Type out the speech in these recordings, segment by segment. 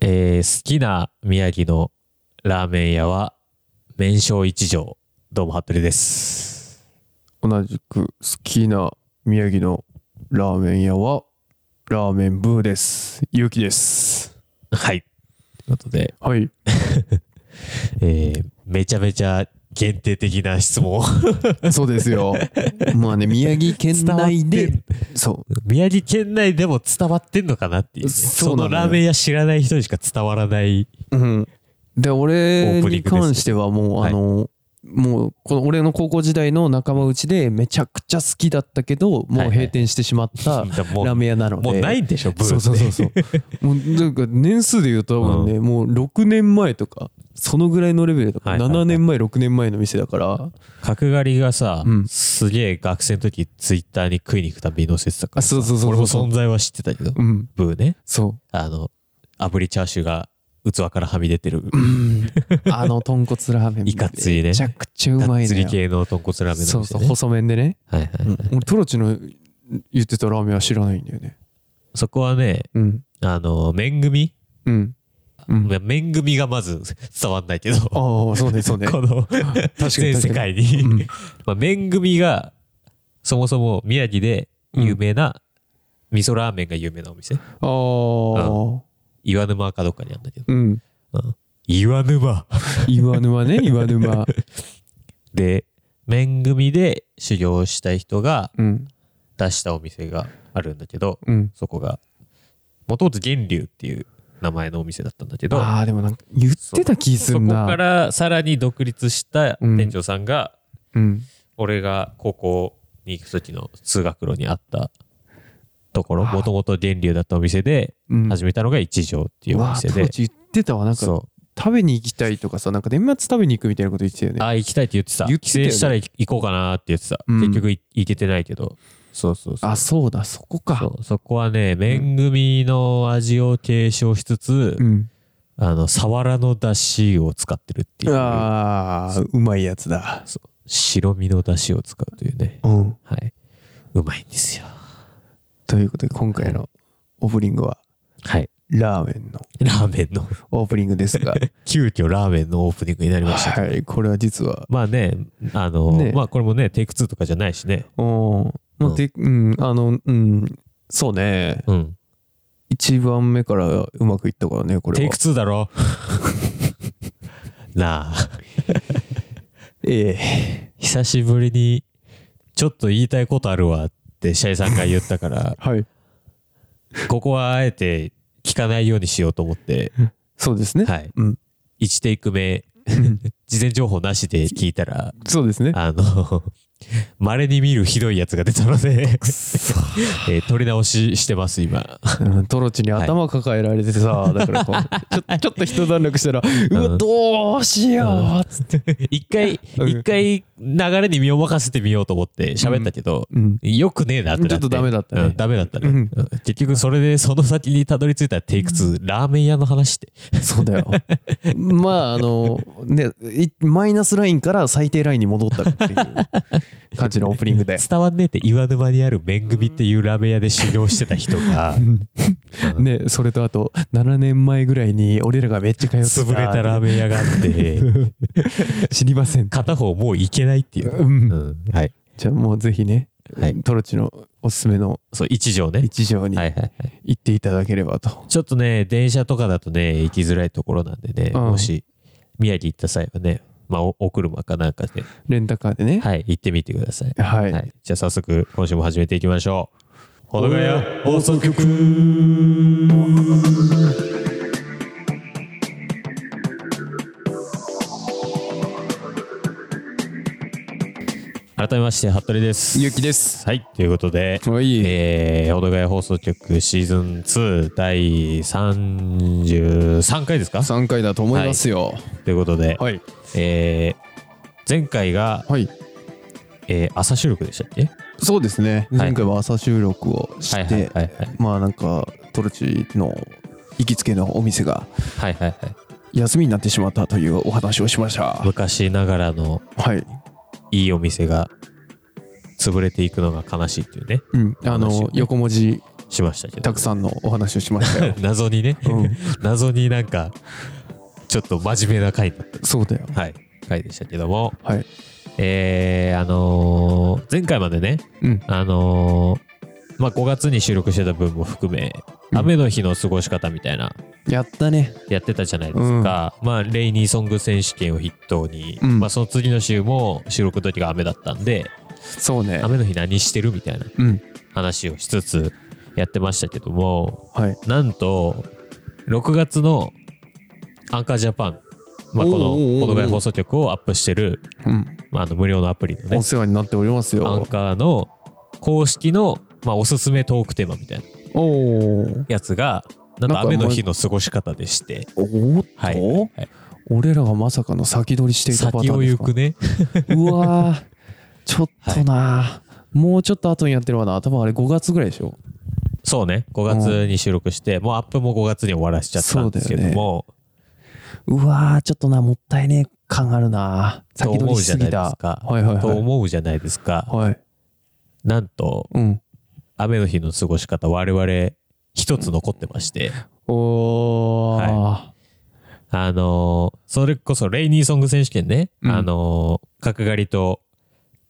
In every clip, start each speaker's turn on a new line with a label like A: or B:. A: えー好きな宮城のラーメン屋は、麺匠一条。どうも、服部です。
B: 同じく好きな宮城のラーメン屋はラーメンブーです。ゆうきです。
A: はい。ということで、
B: はい。
A: えーめちゃめちゃ限定的な質問。
B: そうです よ。まあね、宮城県内で、そ
A: 宮城県内でも伝わってんのかなっていう、ね。
B: そ
A: そう
B: なのよ
A: のラーメン屋知らない人にしか伝わらない。
B: う。うん。で、
A: オ
B: 俺
A: ープニン
B: に
A: グです
B: 関してはもう、
A: はい
B: あの、もうこの俺の高校時代の仲間内でめちゃくちゃ好きだったけど
A: はい
B: もう閉店してしまった
A: だからもう
B: ラーメン屋なので
A: もうないんでしょ、ブーって
B: そうそうそうそう。 もうなんか年数で言うと多分ね、もう6年前とかそのぐらいのレベルだから、
A: はいはいはい
B: 7年前6年前の店だから
A: 角刈りがさ、
B: うん
A: すげえ学生の時ツイッターに食いに行くたびに載せてたからさ
B: あそうそうそうそう
A: 俺も存在は知ってたけど、
B: うん
A: ブーね
B: そ
A: あの炙りチャーシューが器からはみ出て る、
B: う、うん、あの豚骨ラーメン
A: いかついね
B: めちゃくちゃうま
A: がっ
B: い
A: つ
B: ね
A: り系の豚骨ラーメンの
B: そう
A: 店
B: そう
A: ね
B: 細麺でね、
A: はいはい、
B: うん、俺トロチの言ってたラーメンは知らないんだよね
A: そこはね
B: うん
A: あの麺組、
B: うんうんあ
A: 麺組がまず 伝わんないけどこ
B: あそうね そうね
A: の全世界に、
B: うん
A: まあ、麺組がそもそも宮城で有名な、味噌ラーメンが有名なお店
B: ああ
A: 岩沼かどっかにあるんだけど、
B: うん
A: うん岩沼
B: 岩沼ね岩沼
A: で麺組で修行したい人が
B: うん
A: 出したお店があるんだけど
B: うん
A: そこがもともと源流っていう名前のお店だったんだけど
B: ああでもなんか言ってた気
A: そ
B: す
A: こ
B: んな
A: からさらに独立した
B: うん
A: 店長さんが、
B: うん
A: 俺が高校に行く時の通学路にあったところ
B: あー
A: もともと源流だったお店で
B: うん
A: 始めたのが一条っていうお店
B: わあ
A: で
B: 当、時言ってたわなんか
A: そ
B: 食べに行きたいとかさなんか年末食べに行くみたいなこと言ってたよ
A: うあ
B: ね
A: あ行きたいって言ってた
B: 言ってたよね
A: 帰省したら行こうかなって言ってた、
B: うん
A: 結局い行けてないけどそうそうそう
B: あそうだそこか
A: そうそこはね麺組の味を継承しつつ、
B: うん
A: あのサワラの出汁を使ってるっていう
B: ああうまいやつだ
A: そう白身の出汁を使うというね
B: うん
A: はいうまいんですよ
B: ということで今回のオープニングは
A: はい
B: ラーメンの
A: ラーメンの
B: オープニングです が
A: 急遽ラーメンのオープニングになりましたけど、
B: はいこれは実は
A: まあねあの
B: ね
A: まあこれもねテイク2とかじゃないしね
B: うんもうでうんあのうんそうね
A: うん
B: 1番目からうまくいったからねこ
A: テ
B: れ
A: イ
B: は
A: ク2だろ なあ
B: ええ
A: 久しぶりにちょっと言いたいことあるわってシャイさんが言ったから
B: はい
A: ここはあえて聞かないようにしようと思って、
B: そうですね
A: はい。
B: うん
A: 1テイク目、事前情報なしで聞いたら、
B: そうですね
A: あの、稀に見るひどいやつが出たので、 えー撮り直ししてます、今。
B: うんトロチに頭抱えられてさ、だから こうちょちょっと一段落したら「うわどうしよう」つって、
A: 一回、
B: うん
A: 一回流れに身を任せてみようと思って喋ったけど、
B: うん、
A: よくねえなってなて
B: ちょっとダメだったね
A: うんダメだったね。
B: うん
A: うん結局、それでその先にたどり着いたテイク2、ラーメン屋の話って。
B: そう だよまああのねいマイナスラインから最低ラインに戻ったっていう感じのオープニングで
A: 伝わんねえって岩沼にある麺組っていうラーメン屋で修行してた人が、
B: ねそれとあと7年前ぐらいに俺らがめっちゃ通って
A: 潰れたラーメン屋があって、
B: 知りません
A: 片方もう行けないっていう。
B: うん
A: うんはい。
B: じゃあもうぜひね、
A: はい
B: トロチのおすすめの
A: そう、一条ね。
B: 一条に
A: はいはいはい。
B: 行っていただければと、
A: ちょっとね、電車とかだとね、行きづらいところなんでね、
B: うん
A: もし、宮城行った際はね、まあ、おお車かなん かで、
B: レンタカーでね
A: はい、行ってみてください。
B: はい
A: はい。じゃあ早速、今週も始めていきましょう。ほのや放送局改めまして、服部です。
B: ゆうきです。
A: はい、ということで、
B: はい
A: えー、小野川放送局シーズン2第33回ですか
B: 3回だと思いますよ
A: ということで、
B: はい
A: えー前回が、
B: はい
A: えー朝収録でしたっけ
B: そうですね、
A: はい
B: 前回は朝収録をして、
A: はいはいはいはい
B: まあなんかトルチの行きつけのお店が
A: はいはいはい。
B: 休みになってしまったというお話をしました
A: 昔ながらの
B: はい、
A: いいお店が潰れていくのが悲しいっていうね。
B: うん、
A: お
B: あ
A: 話を
B: の
A: ね
B: 横文字
A: しましたけど。。
B: たくさんのお話をしましたよ
A: 謎にね、
B: うん、
A: 謎になんか、ちょっと真面目な回だった。
B: そうだよ。
A: はい。回でしたけども、
B: はい。
A: えー、あのー前回までね、
B: うん。
A: あのーまあ、5月に収録してた分も含め、
B: うん
A: 雨の日の過ごし方みたいな、
B: やったね。
A: やってたじゃないですか。まあ、レイニーソング選手権を筆頭に、
B: うん
A: まあ、その次の週も収録の時が雨だったんで、
B: そうね。
A: 雨の日何してるみたいな
B: うん。
A: 話をしつつやってましたけども、
B: はい。
A: なんと、6月のアンカージャパン、まあ、この、
B: おうおうおうおう
A: このぐらい放送局をアップしてる、
B: うん。
A: まあ、あの無料のアプリのね
B: お、世話になっております
A: アン
B: よ。
A: カーの公式の、まあ、おすすめトークテーマみたいな
B: おお。
A: やつが、なんと
B: なんか
A: 雨の日の過ごし方でして、
B: おっと、
A: はい。はい
B: 俺らがまさかの先取りしていたパタ
A: 先
B: ーン
A: を
B: です
A: 行
B: か
A: くね。
B: うわーちょっとなー、もうちょっと後にやってるわな頭あれ5月ぐらいでしょ
A: そうね。5月に収録して、もうアップも5月に終わらしちゃったんですけども、
B: うわーちょっとなもったいねえ感あるなー
A: と
B: 先取
A: 思
B: り
A: う
B: し
A: じゃ
B: す
A: ないで
B: ぎた
A: すか。
B: はいはい
A: と
B: は
A: 思うじゃないですか。
B: いはい
A: なんと、
B: うん
A: 雨の日の過ごし方、我々、一つ残ってまして、
B: おー、
A: あのーそれこそ、レイニーソング選手権ね、
B: うん
A: あのー角刈りと、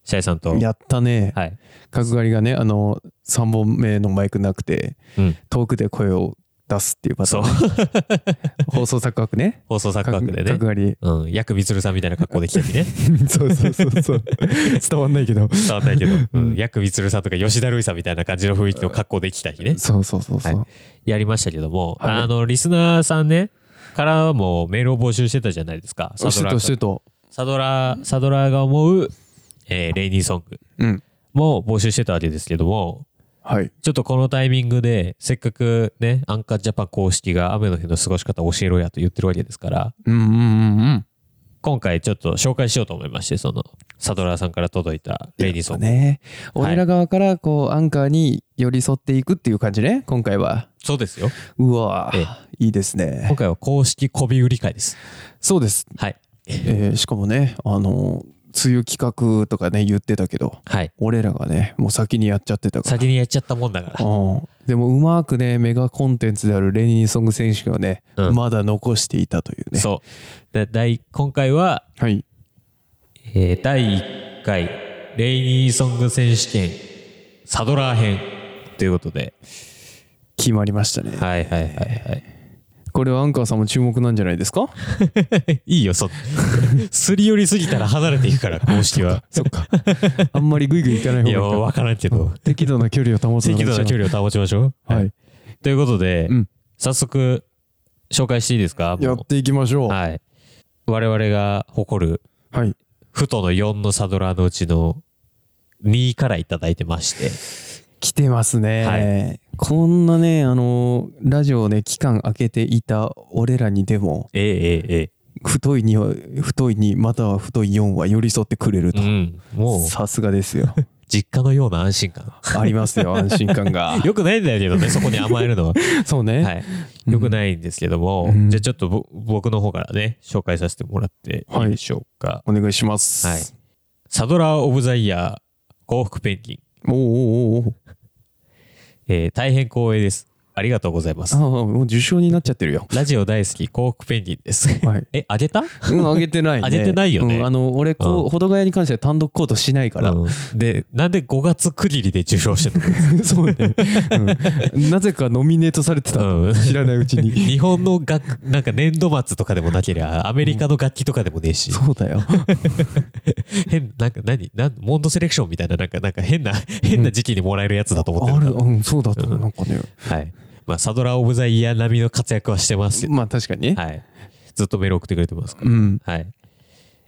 A: シャイさんと、
B: やったね
A: はい。
B: 角刈りがねあの3本目のマイクなくて
A: うん。
B: 遠くで声を出すっていうパターン放送作画ね
A: 放送作家でね
B: 角、刈り
A: うん、ヤクミツルさんみたいな格好で来たりね。
B: そうそうそうそう 伝わんないけど
A: 伝わんない けど、う
B: うん
A: ん、ヤクミツルさんとか吉田類さんみたいな感じの雰囲気の格好できた日ね、
B: そうそうそうそう、
A: はやりましたけども、
B: はい
A: あの、リスナーさんね、からもメールを募集してたじゃないですか。サ
B: シ
A: ド
B: ュー
A: ラ
B: トシュート
A: サドラサドラーが思う、えーレイニーソング
B: うん
A: も募集してたわけですけども、
B: はい
A: ちょっとこのタイミングで、せっかくね、アンカージャパン公式が雨の日の過ごし方を教えろやと言ってるわけですから、
B: うんうんうんうん
A: 今回ちょっと紹介しようと思いまして、その、サドラーさんから届いたレイニーソング。
B: ね
A: はい
B: 俺ら側からこうアンカーに寄り添っていくっていう感じね今回は
A: そうですよ。
B: うわー
A: え
B: いいです
A: 今
B: ね
A: 回は公式媚び売り会です。
B: そうです、
A: はい。
B: えーしかもねあの梅雨企画とかね言ってたけど
A: はい。
B: 俺らがねもう先にやっちゃってたから
A: 先にやっちゃったもんだから。
B: うん、でもうまくねメガコンテンツであるレニーソング選手権をね、
A: うん
B: まだ残していたというね
A: そう。で、第、今回は、
B: はい
A: えー第1回、レイニーソング選手権、サドラー編。ということで。
B: 決まりましたね、
A: はいはいはいはい。
B: これはアンカーさんも注目なんじゃないですか
A: いいよ、そ、 すり寄りすぎたら離れていくから、公式は。
B: そっか あんまりグイグイいかない
A: い
B: 方
A: や、
B: がいいか
A: わからんけど。
B: 適度な距離を保つ
A: 適度な距離を保ちましょう。
B: 離はい
A: ということで、
B: うん
A: 早速、紹介していいですか
B: や
A: も
B: っていきまし
A: う
B: ょう。は
A: はい。我々が誇る、
B: い。
A: ふとの4のサドラーのうちの2からいただいてまして。
B: 来てますね。こんなね、あのーラジオをね、期間空けていた俺らにでも、
A: ええええ
B: 太いには、太いに、または太い4は寄り添ってくれる
A: ええ。う
B: と。
A: ん。もう、
B: さすがで すよ。
A: 実家のような安心感。。
B: ありますよ、安心感が
A: よくないんだけど ね、そこに甘えるのは。
B: そうね。
A: はい。よくないんですけども、
B: うん
A: じゃあちょっとぼ僕の方からね、紹介させてもらっていいでしょうか。
B: お願いします。
A: はい。サドラー・オブ・ザ・イヤー、幸福ペンギン、
B: おーおーおー
A: えー大変光栄です。ありがとうございます
B: ああ、。もう受賞になっちゃってるよ。
A: ラジオ大好き、幸福ペンギンです。
B: はい。
A: え、あげた
B: うん、あげてないね。
A: あげてないよね
B: うんあの、俺、こう、
A: うん
B: 保土ヶ谷に関しては単独行動しないから。
A: うんで、なんで5月区切りで受賞してた
B: そうね、うん なぜかノミネートされてた。
A: の、うん
B: 知らないうちに。
A: 日本の楽、なんか年度末とかでもなけりゃ、アメリカの楽器とかでもねえし、
B: そうだよ。
A: 変、なんか何なんモンドセレクションみたいな、なんか、なんか変な、変な時期にもらえるやつだと思って
B: あ
A: る
B: る、うん、そうだと思う。なんかね。
A: はい。まあ、サドラー・オブ・ザ・イヤー並みの活躍はしてますけど
B: まあ確かにね。
A: はい。ずっとメール送ってくれてますから。
B: うん。
A: はい。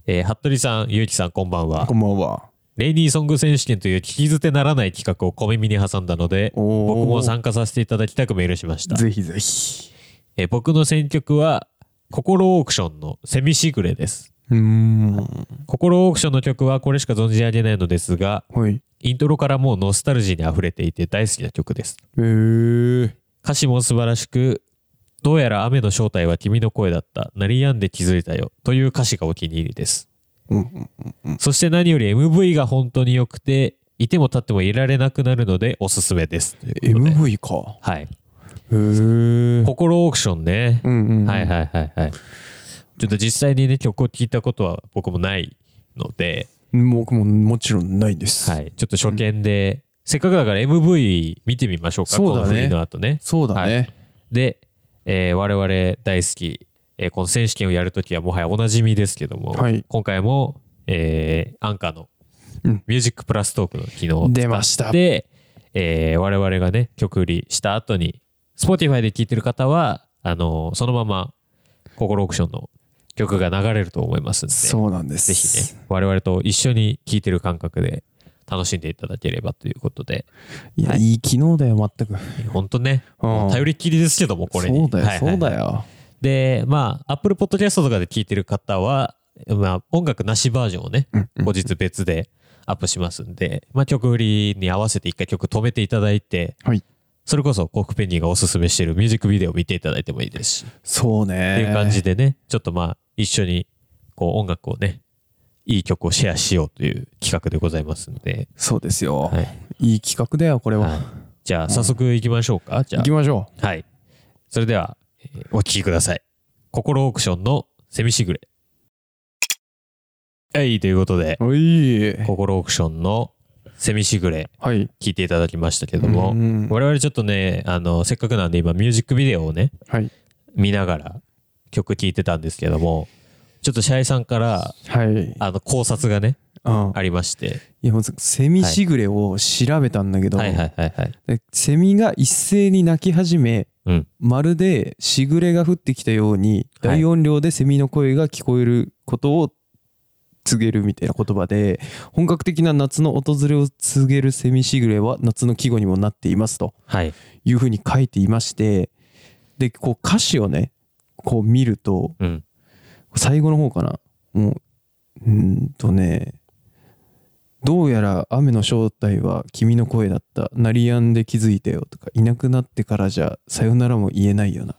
A: えー、服部さん、ゆうきさん、こんばんは
B: こ。んばんは。
A: レイニーソング選手権という聞き捨てならない企画を小耳に挟んだので、
B: おー
A: 僕も参加させていただきたくメールしました。
B: ぜひぜひ。
A: えー僕の選曲は、心オークションのセミシグレです。
B: うーん。は
A: 心オークションの曲はこれしか存じ上げないのですが、
B: い。
A: イントロからもうノスタルジーに溢れていて大好きな曲です。
B: えー。
A: 歌詞も素晴らしく、どうやら雨の正体は君の声だった。鳴り止んで気づいたよ。という歌詞がお気に入りです。
B: うん。
A: そして何より MV が本当に良くて、いても立ってもいられなくなるのでおすすめです。ということで
B: MV か。
A: はい。
B: へえ。
A: 心オークションね。
B: うんうんうん
A: はいはいはいはい。ちょっと実際にね、曲を聴いたことは僕もないので、
B: 僕ももちろんないです。
A: はい。ちょっと初見で、せっかくだから MV 見てみましょうか。
B: そうだね
A: この振りの後ね。
B: そうだ
A: は
B: ね
A: い。で、えー我々大好き、えーこの選手権をやるときはもはやおなじみですけども、
B: はい
A: 今回も、えーアンカーの
B: うん
A: ミュージックプラストークの機能を
B: 出ました
A: で、えー我々がね、曲売りした後に、Spotify で聴いてる方は、あのーそのまま、心オークションの曲が流れると思いますんで、
B: そうなんです。
A: ぜひね、我々と一緒に聴いてる感覚で楽しんでいただければということで、
B: いや、
A: はい
B: いい機能だよ、全く。
A: ほんとね、
B: うん
A: もう頼りっきりですけども、これに。
B: そうだよ、
A: はいはいはい
B: そうだよ。
A: で、まあ、Apple Podcast とかで聞いてる方は、まあ、音楽なしバージョンをね、後日別でアップしますんで、まあ、曲売りに合わせて一回曲止めていただいて、
B: はい。
A: それこそ、コークペンギンがおすすめしてるミュージックビデオを見ていただいてもいいですし、
B: そう
A: って
B: ね。
A: いう感じでね、ちょっとまあ、一緒に、こう、音楽をね、いい曲をシェアしようという企画でございますんで、
B: そうですよ、。
A: はい
B: い企画だよ、これは。
A: はいじゃあ、早速行きましょうか。じゃ
B: 行きましょ
A: あ、はい。それでは、えーお聴きください。心オークションのセミシグレ。はい、ということで、
B: う。おい。
A: 心オークションのセミシグレ、
B: はい。
A: 聞いていただきましたけども、
B: うん
A: 我々ちょっとね、あの、せっかくなんで今、ミュージックビデオをね、
B: はい。
A: 見ながら曲聴いてたんですけども、ちょっとシャイさんから、
B: はい。
A: あの、考察がね、
B: うん
A: ありまして。
B: いや、まず、セミしぐれを調べたんだけど、
A: はいはいはいはい。
B: でセミが一斉に鳴き始め、
A: うん。
B: まるでしぐれが降ってきたように、
A: はい
B: 大音量でセミの声が聞こえることを告げるみたいな言葉で、本格的な夏の訪れを告げるセミしぐれは夏の季語にもなっていますと。
A: はい。
B: いうふうに書いていましてでこう歌詞をねこう見ると
A: うん。
B: 最後の方かなもううーんとねどうやら雨の正体は君の声だった鳴りやんで気づいたよとかいなくなってからじゃさよならも言えないよな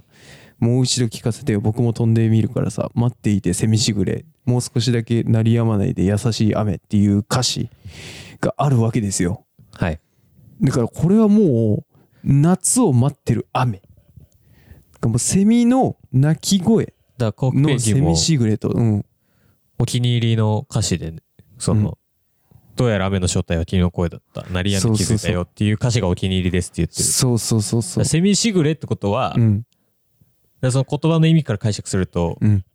B: もう一度聞かせてよ僕も飛んでみるからさ待っていてセミしぐれもう少しだけ鳴りやまないで優しい雨っていう歌詞があるわけですよ
A: はい。
B: だからこれはもう夏を待ってる雨もうセミの鳴き声
A: だから、コックペン
B: の
A: ギ
B: セ
A: ンも
B: ミしぐれと、うん、
A: お気に入りの歌詞でね、その、どうやら雨の正体は君の声だった。鳴りやんで気づいたよっていう歌詞がお気に入りですって言ってる。
B: そうそうそう
A: だか
B: そう
A: らセミシグレってことは、だ
B: う
A: か
B: ん
A: らその言葉の意味から解釈すると、
B: うん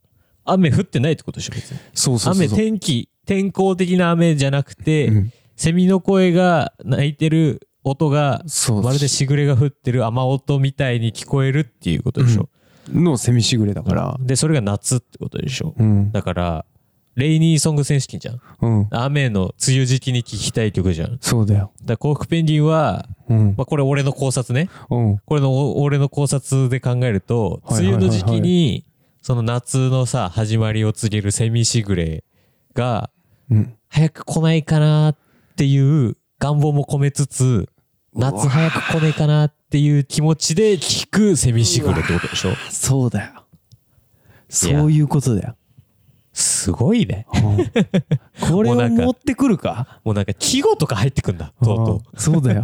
A: 雨降ってないってことでしょ、別に。
B: そうそうそう
A: 雨、天気、天候的な雨じゃなくて、
B: うん
A: セミの声が鳴いてる音が、
B: そう
A: まるでしぐれが降ってる雨音みたいに聞こえるっていうことでしょ。
B: のセミしぐれだから
A: で、それが夏ってことでしょ。
B: うん
A: だから、レイニーソング選手権じゃん。
B: うん
A: 雨の梅雨時期に聴きたい曲じゃん。だか
B: そうだよ
A: ら、幸福ペンギンは、
B: うん
A: まあ、これ俺の考察ね。
B: うん
A: これのお俺の考察で考えると、
B: はいはい
A: 梅
B: はい
A: 雨
B: はい
A: の時期に、その夏のさ、始まりを告げるセミシグレが、
B: うん
A: 早く来ないかなっていう願望も込めつつ、夏早く来ねえかなっていう気持ちで聞くセミシグレってことでしょ
B: そうだよそういうことだよ
A: すごいね。
B: うんこれ
A: もうな
B: を
A: んか
B: 持ってくるか
A: もうなんか季語とか入ってくんだ、とうとう。
B: うんそうだよ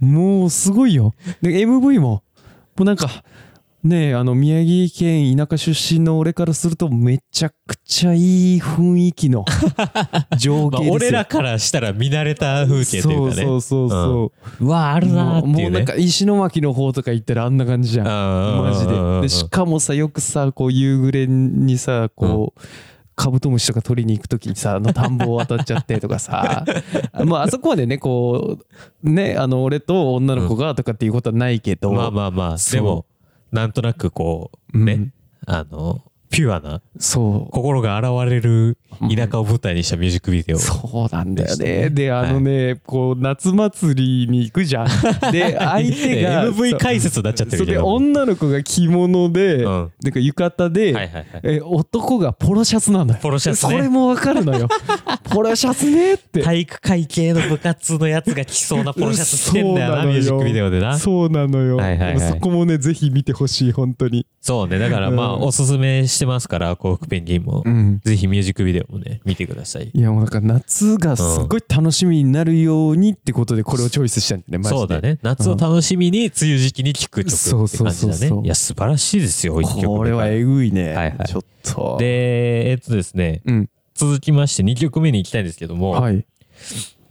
B: もうすごいよで MV ももうなんかねえあの宮城県田舎出身の俺からするとめちゃくちゃいい雰囲気の情
A: まあ、
B: 景で
A: 俺
B: すよ
A: らからしたら見慣れた風景というかね。
B: そうそうそう
A: わあ、あ
B: う、
A: るなー
B: もう
A: ってい
B: も
A: う
B: うなん
A: ね。
B: か石巻の方とか行ったらあんな感じじゃんマ
A: マ
B: ジででしかもさよくさこう夕暮れにさこう、カブトムシとか取りに行く時にさあの田んぼを渡っちゃってとかさ まああそこまでねこうねあの俺と女の子がとかっていうことはないけど、
A: まあまあまあ、
B: そ
A: で
B: う
A: も、なんとなくこう、
B: う
A: ね
B: ん、
A: あの、ピュアな
B: そ
A: 心が現れる田舎を舞台にしたミュージックビデオ
B: う。そうなんだよ
A: でしたね
B: ねであのね、こう夏祭りに行く じゃんで相手が
A: MV 解説になっちゃって
B: そ
A: る
B: う
A: け
B: で
A: ど。
B: 女の子が着物で、
A: うん
B: なんか浴衣で、
A: はいはいはい
B: え男がポロシャツなんだよ
A: ポロシャツね
B: それもわかる のよポロシャツねって
A: 体育会系の部活のやつが着そうなポロシャツ着てんだよ
B: そう
A: な、
B: の
A: ミュージックビデオでな。
B: そうなのよ、
A: はいはいはい
B: そこもねぜひ見てほしい本当に
A: そうね、だからまあ、
B: うん
A: おすすめししてますから、幸福ペンギンも
B: う。ん。
A: ぜひミュージックビデオもね、見てください。
B: いやもうなんか夏がすごい楽しみになるようにってことでこれをチョイスしたんだね、マジで。
A: そうだ。ね。夏を楽しみに、梅雨時期に聴く曲って感じ
B: そうそうそう
A: だ
B: そ
A: ね。
B: う
A: いや、素晴らしいですよ、一曲目が
B: これはえぐいね。
A: はいはい
B: ちょっと。、
A: で、えっとですね、
B: うん。
A: 続きまして2曲目に行きたいんですけども、
B: はい。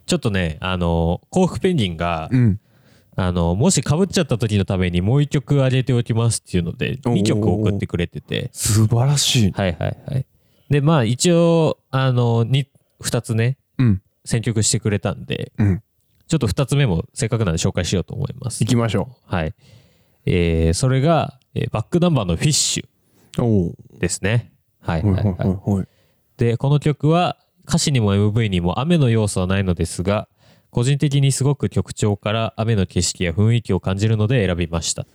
A: ちょっとね、あの、幸福ペンギンが、
B: うん。
A: あの、もし被っちゃった時のためにもう1曲あげておきますっていうので、
B: おー
A: 2曲送ってくれてて、
B: 素晴らしい。
A: はいはいはい。で、まあ一応、あの、2, 2つね、
B: うん。
A: 選曲してくれたんで、
B: うん。
A: ちょっと2つ目もせっかくなんで紹介しようと思います
B: 行。きましょ
A: はい。えー、それが、えーバックナンバーのフィッシ
B: う。おお。
A: ュですね。はい
B: は
A: はいい
B: は
A: はいい。
B: はいはい。
A: で、この曲は歌詞にも MV にも雨の要素はないのですが、個人的にすごく曲調から雨の景色や雰囲気を感じるので選びました。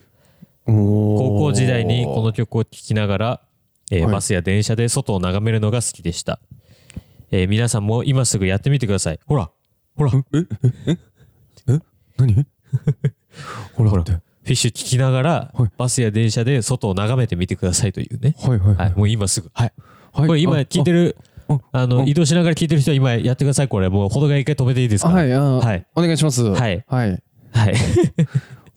A: 高
B: 高
A: 校時代にこの曲を聴きながら、えー
B: はい
A: バスや電車で外を眺めるのが好きでした、えー皆さんも今すぐやってみてくださいほらほらほ
B: 何ほら
A: ら
B: ほら
A: フィッシュ聴きながら、
B: はい
A: バスや電車で外を眺めてみてくださいというね、
B: はいはい
A: はい、もう今すぐ、はい
B: はい
A: これ今聞いて
B: る
A: る
B: あ
A: あの
B: あ
A: 移動しながら聞いてる人は今やってくださいこれもうほどが一回止めていいですから
B: は
A: はい
B: いあー
A: はい
B: お願いします
A: はい
B: はい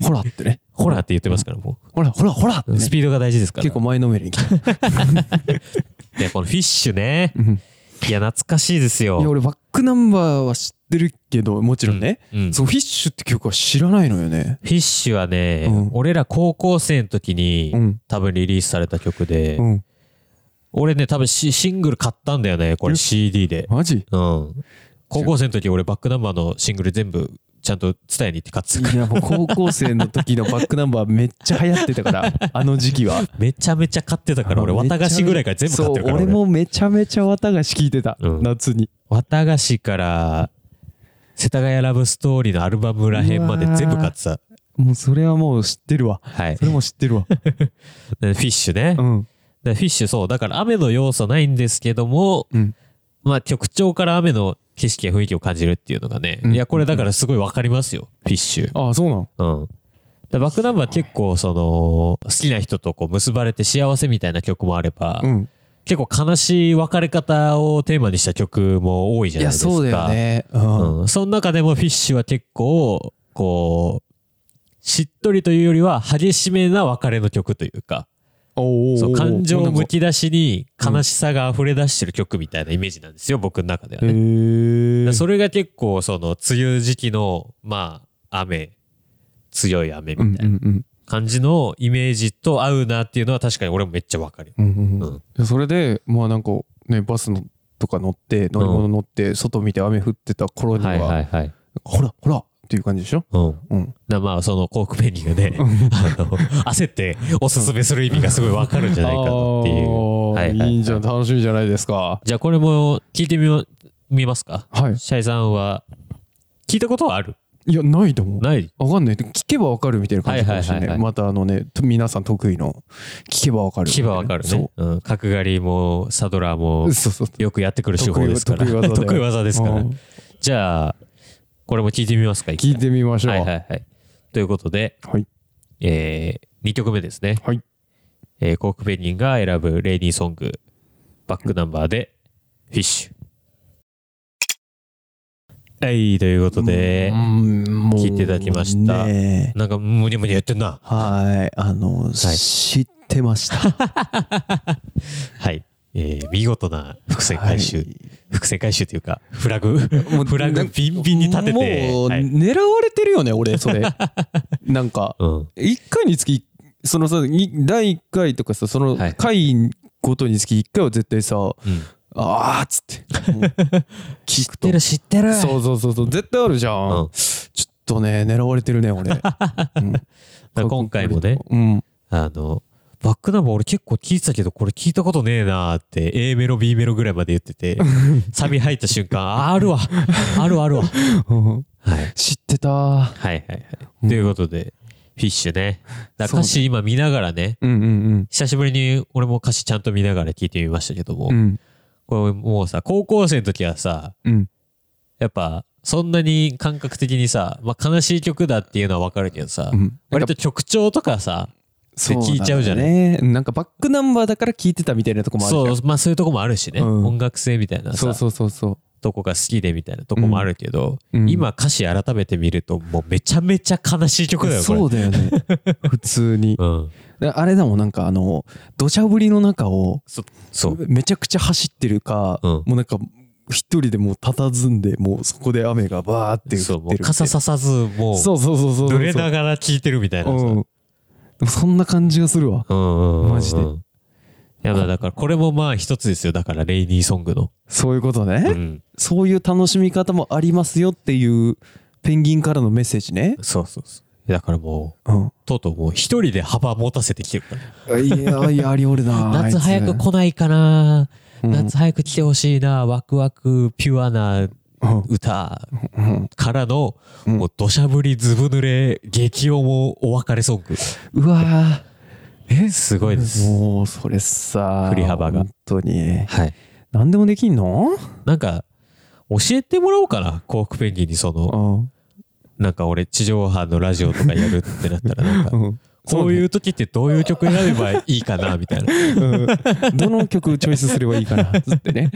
B: ほらってね
A: ほらって言ってますからも
B: ほらほらほらって
A: う
B: ね
A: スピードが大事ですから
B: 結構前の めりに来たい
A: でこのフィッシュね
B: ん
A: いや懐かしいですよ
B: や俺バックナンバーは知ってるけどもちろんね
A: うん
B: そうフィッシュって曲は知らないのよね
A: フィッシュはね、
B: うん
A: 俺ら高校生の時に、
B: うん
A: 多分リリースされた曲で、
B: うん
A: 俺ね多分シシングル買ったんだよねこ
B: え
A: れ CD で、
B: マジ
A: うん、高校生の時俺バックナンバーのシングル全部ちゃんと伝えに行って買ってた
B: いやもう高校生の時のバックナンバーめっちゃ流行ってたから あの時期は
A: めちゃめちゃ買ってたから俺綿菓子ぐらいから全部買ってるから
B: そう俺もめちゃめちゃ綿菓子聞いてた
A: うん
B: 夏に
A: 綿菓子から世田谷ラブストーリーのアルバムらへんまで全部買ってた
B: もうそれはもう知ってるわ
A: はい
B: それも知って るわ
A: でフィッシュね、
B: うん
A: でフィッシュそうだから雨の要素ないんですけども、
B: うん
A: まあ曲調から雨の景色や雰囲気を感じるっていうのがね、
B: うん
A: いやこれだからすごいわかりますよ、フィッシュ。
B: ああそうなの
A: うん。でバックナンバー結構その好きな人とこう結ばれて幸せみたいな曲もあれば、
B: うん
A: 結構悲しい別れ方をテーマにした曲も多いじゃない
B: いや
A: ですか。
B: そうだよ。ねうん
A: うん。その中でもフィッシュは結構こうしっとりというよりは激しめな別れの曲というか。
B: おー
A: そう感情
B: なんか
A: むき出しに悲しさが溢れ出してる曲みたいなイメージなんですよ、僕の中ではね。
B: へー
A: それが結構その梅雨時期のまあ雨強い雨みたいな
B: うん
A: 感じのイメージと合うなっていうのは確かに俺もめっちゃわかる。
B: うんうんう
A: うん
B: んうんそれでまあなんかねバスのとか乗って乗り物乗って外見て雨降ってた頃には、
A: いはい。
B: ほらほらっていう感じでしょ
A: うん、
B: うん
A: だまあその幸福メニュー で、あの焦っておすすめする意味がすごいわかるんじゃないかなっていう。
B: あー
A: はいはい
B: いいんじゃん楽しみじゃないですか
A: じゃあこれも聞いてみよ見ますか
B: はい
A: シャイさんは聞いたことはある
B: いやないと思う
A: ない
B: わかんない聞けばわかるみたいな感じかもしれ
A: はいはいは
B: な
A: いいは
B: またあのねと皆さん得意の聞けばわかる
A: 聞けばわかるね。
B: そう
A: うん。角刈りもサドラーも
B: そうそう
A: よくやってくる手法ですから。
B: 得意技だよ
A: 得意技ですから
B: うん。
A: じゃあ、これも聞いてみますか、
B: 聞いてみまし
A: み
B: ょう
A: はいはいはい。ということで、
B: はい
A: えー、2曲目ですね。
B: はい
A: えー、コークペンギンが選ぶレイニーソング、バックナンバーで、フィッシュ。はい、ということで、聞
B: 聞
A: いていただきました
B: ねえ
A: なんか、むにゃむにゃ言ってんな。
B: はいあの知って ました
A: はい。えー、見事な伏線回収。
B: はい
A: 伏線回収というか、フラグ、
B: もう
A: フラグビンビンに立てて。
B: もう
A: はい
B: 狙われてるよね 俺それなんか
A: うん。
B: 1回につきそのさに第1回とかさその
A: はい
B: 回ごとにつき1回は絶対さ、
A: うん
B: あーっつってもう 聞くと
A: 知ってる
B: そうそうそうそう絶対あるじゃん、
A: うん
B: ちょっとね狙われてる ね俺、うん
A: ら今回もね
B: うん
A: あの、バックナンバー俺結構聞いてたけど、これ聞いたことねえなーって、A メロ、B メロぐらいまで言って て、サビ入った瞬間、ああるわ、あるわあるわ。はい。
B: うん
A: はい
B: 知ってた
A: はいはい。ということで、フィッシュね。だ
B: そ
A: から
B: うね
A: 歌詞今見ながらね、
B: うんうん
A: 久しぶりに俺も歌詞ちゃんと見ながら聞いてみましたけども、
B: うん
A: これもうさ、高校生の時はさ、
B: うん
A: やっぱ、そんなに感覚的にさ、まあ、悲しい曲だっていうのはわかるけどさ、
B: うん
A: 割と曲調とかさ、で聞いちゃうじゃない、
B: いなんかバックナンバーだから聞いてたみたいなとこもあるじゃん
A: そうまあそういうとこもあるしね、
B: うん
A: 音楽性みたいなさ
B: そうそうそうそ
A: とこが好きでみたいなとこもあるけど、
B: う、うん
A: 今歌詞改めて見るともうめちゃめちゃ悲しい曲だよこれ
B: そうだ よね普通に
A: うん、
B: あれだもんなんかあの土砂降りの中を
A: そそう
B: めちゃくちゃ走ってるか、
A: うん
B: もうなんか一人でもう佇んでもうそこで雨がバーって
A: そ
B: 降
A: う
B: っ
A: も
B: て
A: う
B: る
A: 傘ささずも
B: そうそうそうそう
A: 濡
B: う
A: れな
B: が
A: がら聴いてるみたいなさ、
B: うん、でもそんな感じがするわ
A: うんうんうんうん
B: マジで
A: いやまあだからこれもまあ一つですよだからレイニーソングの、
B: そういうことね、
A: うん、
B: そういう楽しみ方もありますよっていうペンギンからのメッセージね
A: そうそうそうだからもう
B: うん
A: とうとうもう一人で幅持たせてきてるから
B: いやいやありおる なあいつ
A: 夏早く来ないかな、
B: うん
A: 夏早く来てほしいなワクワクピュアな歌
B: うん
A: からの、
B: うん
A: もう土砂降りずぶ濡れ激おもお別れソング
B: うわ
A: えすごいです、
B: ーもうそれさ
A: 振り幅が
B: 本当に
A: はい
B: 何でもできんの
A: なんか教えてもらおうかなコークペンギンにその
B: うん
A: なんか俺地上波のラジオとかやるってなったらなんか
B: うん
A: こういう時ってどういう曲選べばいいかなみたいな
B: うんどの曲チョイスすればいいかなつって ね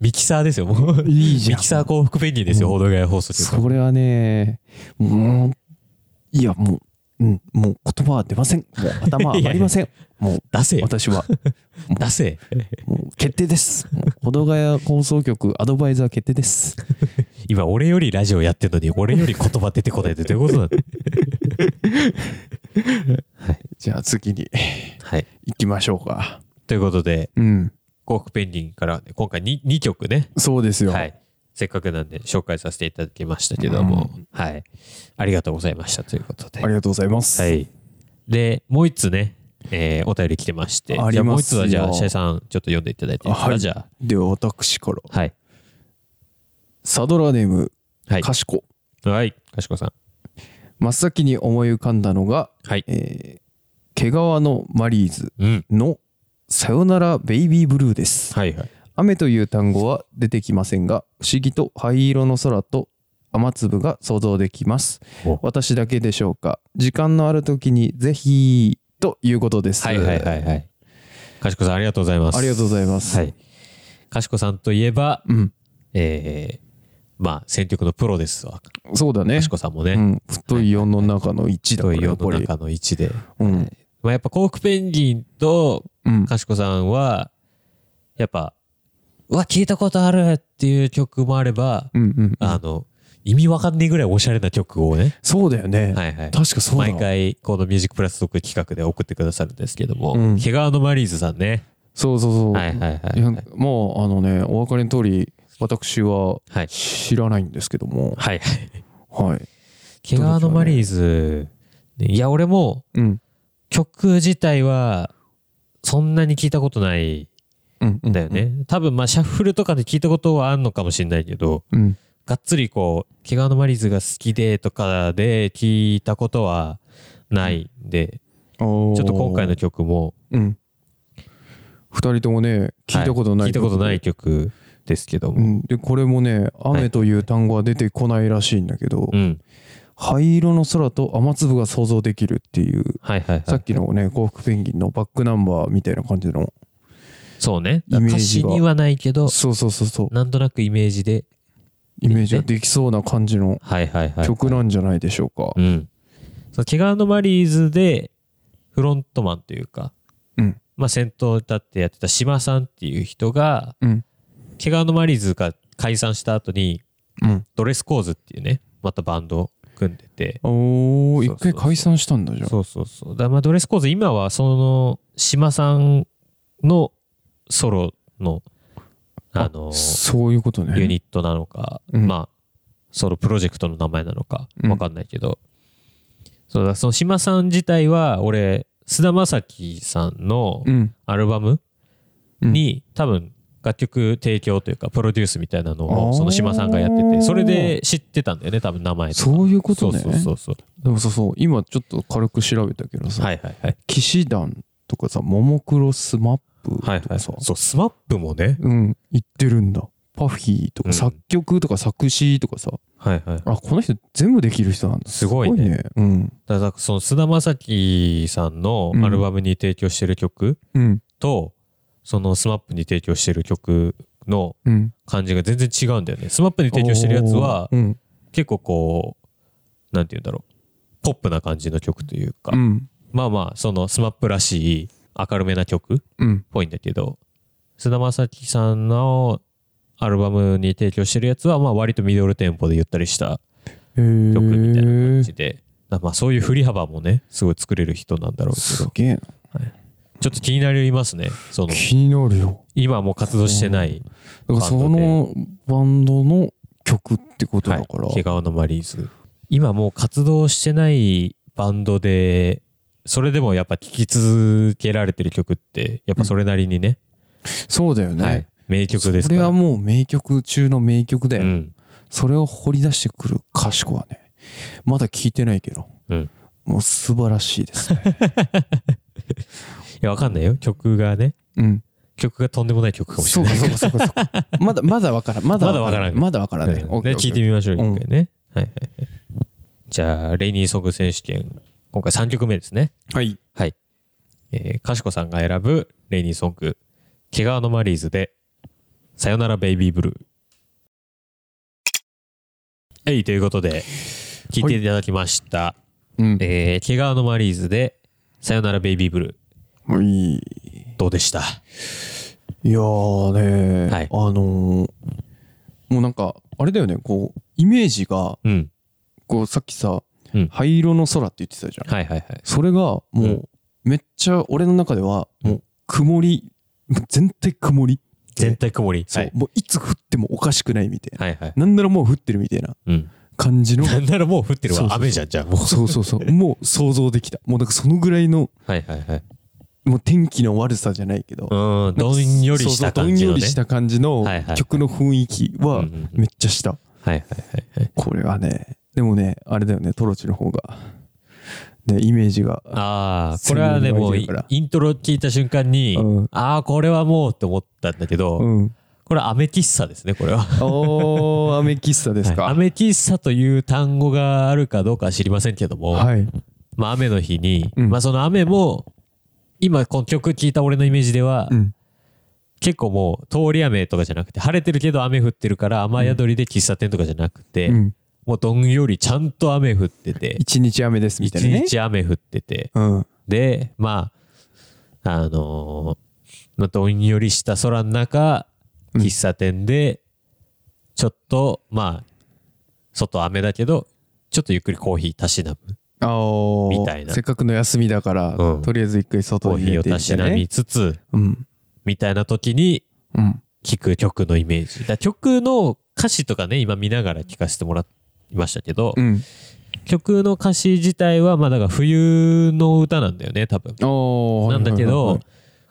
A: ミキサーですよもう
B: いいじゃん
A: ミキサー幸福ペンギンですよ
B: うん
A: 報道外放送中
B: それはねもういやもう、うん、もう言葉は出ませんもう頭上がりませんもう
A: 出せよ
B: 私は
A: 出せ
B: もう決定ですもう保土ヶ谷放送局アドバイザー決定です
A: 今俺よりラジオやってるのに俺より言葉出てこないってどういうことなんだ
B: じゃあ次に
A: はい
B: 行きましょうか
A: ということで
B: うん
A: 幸福ペンギンからはね今回 2, 二曲ね
B: そうですよ
A: はいせっかくなんで紹介させていただきましたけども、はいありがとうございましたということで
B: ありがとうございます
A: はい。で、もう一つね、えーお便り来てまして、
B: あ
A: じゃ
B: り
A: あもう
B: ま
A: 一
B: す
A: つ
B: よ
A: は、じゃあ、シャイさん、ちょっと読んでいただいていいですか、
B: はい
A: じゃ
B: では私から
A: あ。はい。
B: サドラーネーム
A: はい。
B: かしこ
A: はい。かしこさん。
B: 真っ先に思い浮かんだのが
A: はい。
B: えー毛皮のマリーズ
A: うん。
B: のさよならベイビーブルーです。
A: はいはい。
B: 雨という単語は出てきませんが、不思議と灰色の空と雨粒が想像できます
A: お。
B: 私だけでしょうか。時間のある時にぜひということです。
A: はいはいはいはい。かしこさん、ありがとうございます。
B: ありがとうございます。
A: はい。かしこさんといえば、
B: うん、
A: えーまあ、選曲のプロですわ。か
B: そうだね
A: し。こさんもね。
B: うん、太い4の中の1だか
A: と
B: ら
A: いう
B: や
A: 世
B: っぱ
A: の
B: り。
A: 中の1で。
B: うん、
A: まあ、やっぱ、幸福ペンギンと
B: うん、
A: かしこさんは、やっぱ、うわ、聞いたことあるっていう曲もあれば、
B: うん、うん。
A: あの、意味わかんねえぐらいおしゃれな曲をね、
B: そうだよね。
A: はいはい。
B: 確かそうだわ
A: 毎回、このミュージックプラストーク企画で送ってくださるんですけども、
B: うん
A: 毛皮のマリーズさんね。
B: そうそうそう。
A: はいはいはいい
B: や
A: はい。
B: もうあのねお分かりの通り私は
A: はい。
B: 知らないんですけども
A: はいはい。
B: はい
A: 毛皮のマリーズ、いや、俺も
B: うん
A: 曲自体は、そんなに聞いたことない
B: うん
A: んだよね。多分、まあ、シャッフルとかで聞いたことはあんのかもしれないけど、
B: うん
A: がっつりこう、毛皮のマリーズが好きでとかで聞いたことはないんで、
B: ちょ
A: ちょっと今回の曲も、
B: うん2人ともね聞いたことない、
A: 聞いたことない曲ですけど
B: う
A: も、
B: ん、でこれもね「
A: い
B: 雨」という単語は出てこないらしいんだけど、
A: うん、
B: 灰色の空と雨粒が想像できるっていう
A: はいはいはい
B: さっきのね幸福ペンギンのバックナンバーみたいな感じの
A: そうね
B: イメージが
A: 歌詞にはないけど
B: そうそうそうそう
A: なんとなくイメージで
B: イメージができそうな感じの
A: はいはいはい
B: 曲なんじゃないでしょうか、
A: うんその毛皮のマリーズでフロントマンというか、
B: うん
A: まあ、先頭立ってやってた島さんっていう人が
B: うん
A: 毛皮のマリーズが解散した後に
B: うん
A: ドレスコーズっていうねまたバンドを組んでて
B: お
A: そ
B: お
A: う
B: 一
A: そうそう
B: 回解散したんだじゃん
A: そうそうそうだからまあドレスコーズ今はその島さんのソロのあの
B: そういうことね
A: ユニットなのか、
B: うん
A: まあソロプロジェクトの名前なのか
B: うん
A: わかんないけど、そうだその島さん自体は俺菅田将暉さんの
B: うん
A: アルバム
B: うん
A: に、多分楽曲提供というかプロデュースみたいなの
B: あ
A: を
B: ー
A: その島さんがやっててそれで知ってたんだよね多分名前とか
B: そういうことね
A: そうそうそうそ
B: でもそうそう今ちょっと軽く調べたけど
A: う
B: さ、
A: はいはいはい
B: 騎士団とかさももクロスマップと
A: はいは
B: か
A: い
B: さ、
A: そうスマップもね
B: うん行ってるんだパフィーと
A: う
B: か
A: ん
B: 作曲とか作詞とかさ、
A: はいはい。だか
B: あこの人全部できる人なんだ
A: すごいね
B: うん
A: らなんかその菅田将暉さんのアルバムに提供してる曲
B: うん
A: と、その SMAP に提供してる曲の
B: うん
A: 感じが全然違うんだよね。SMAP に提供してるやつは
B: おーうん
A: 結構こう、なんて言うんだろう。ポップな感じの曲というか、
B: うん
A: まあまあ、その SMAP らしい明るめな曲
B: うん
A: ぽいんだけど菅田将暉さんのアルバムに提供してるやつはまあ割とミドルテンポでゆったりした
B: へー
A: 曲みたいな感じで、だまあそういう振り幅もねすごい作れる人なんだろうけ
B: す
A: ど
B: げえな
A: ちょっと気になりますねその
B: 気になるよ
A: 今もう活動してない、
B: だからそのバンドの曲ってこと
A: は
B: だ
A: い
B: から、、
A: 毛皮のマリーズ今もう活動してないバンドでそれでもやっぱ聴き続けられてる曲ってやっぱそれなりにね、
B: そうだよね、
A: はい、名曲です
B: そ
A: か
B: れ
A: ら
B: はもう名曲中の名曲だよ、
A: うん
B: それを掘り出してくる賢はねまだ聞いてないけど、
A: うん
B: もう素晴らし いですね
A: いやわかんないよ曲がね
B: うん
A: 曲がとんでもない曲かもし
B: そ
A: れ
B: う
A: な
B: か
A: い
B: そうかそうかそうかまだまだわからんまだわからん ま
A: ま
B: だわから
A: ね
B: ない、オッケーオッケ
A: 聞
B: ー
A: いてみましょう、
B: うん
A: 一回ね。はいはいはい。じゃあ、レニーソング選手権、今回3曲目ですね。
B: はい
A: はい。えー、かしこさんが選ぶレニーソング、毛皮のマリーズで、さよならベイビーブルー。えい、ということで、聞いていただきました。
B: うん
A: えー、毛皮のマリーズで、さよならベイビーブル
B: はい
A: ー。どうでした
B: いやーね、
A: はい
B: あのーもうなんかあれだよねこうイメージが
A: うん。
B: こうさっきさ、
A: うん
B: 灰色の空って言ってたじゃん
A: はいはいはい。
B: それがもう、
A: うん
B: めっちゃ俺の中では
A: うん
B: もう曇り全体曇り
A: 全体曇り。
B: そう、
A: はい。
B: もういつ降ってもおかしくないみたいな、
A: はいはい。
B: なんならもう降ってるみたいな
A: うん。
B: 感じの
A: なんならもう降ってる
B: そうそう
A: わ。
B: そう
A: 雨じゃん、じゃあもう。
B: そうそうそう もう想像できたもうなんかそのぐらいの
A: はいはいはい。
B: もう天気の悪さじゃないけど、
A: うん、どんよりした感じ
B: そうそうどんよ
A: のね。
B: りした感じの
A: はいはいはい
B: 曲の雰囲気
A: う
B: は
A: んうんうん
B: めっちゃした、
A: はいはいはいはい。
B: これはねでもねあれだよねトロチの方がねイメージが
A: ああ、これはね、もう
B: セミの前だから
A: イントロ聞いた瞬間に、
B: うん
A: ああ、これはもうって思ったんだけど、
B: うん
A: これはアメ喫茶ですね、これは。
B: おー雨喫茶ですか
A: はい、アメ喫茶という単語があるかどうかは知りませんけども、
B: はい
A: まあ雨の日に、
B: うん
A: まあその雨も、今この曲聞いた俺のイメージでは、
B: うん
A: 結構もう通り雨とかじゃなくて、晴れてるけど雨降ってるから雨宿りで喫茶店とかじゃなくて、
B: うん
A: もうどんよりちゃんと雨降ってて、
B: 一日雨ですみたい
A: 一
B: なね
A: 日雨降ってて、
B: うん
A: で、まあ、あのーまあ、どんよりした空の中、
B: うん
A: 喫茶店で、ちょっと、まあ、外雨だけど、ちょっとゆっくりコーヒーたしなむ。
B: あー
A: みたいな
B: せっかくの休みだから、
A: うん
B: とりあえず一回
A: コ
B: 外
A: ー
B: に
A: ヒ
B: 出
A: ー
B: て
A: をた
B: みた
A: し
B: いな
A: なみ
B: ね
A: つつ、
B: うん
A: みたいな時に
B: うん
A: 聴く曲のイメージ。だから曲の歌詞とかね、今見ながら聴かせてもらいましたけど、
B: うん
A: 曲の歌詞自体は、まあだから冬の歌なんだよね、多分。
B: おー
A: なんだけ
B: はいはいはい
A: ど
B: は、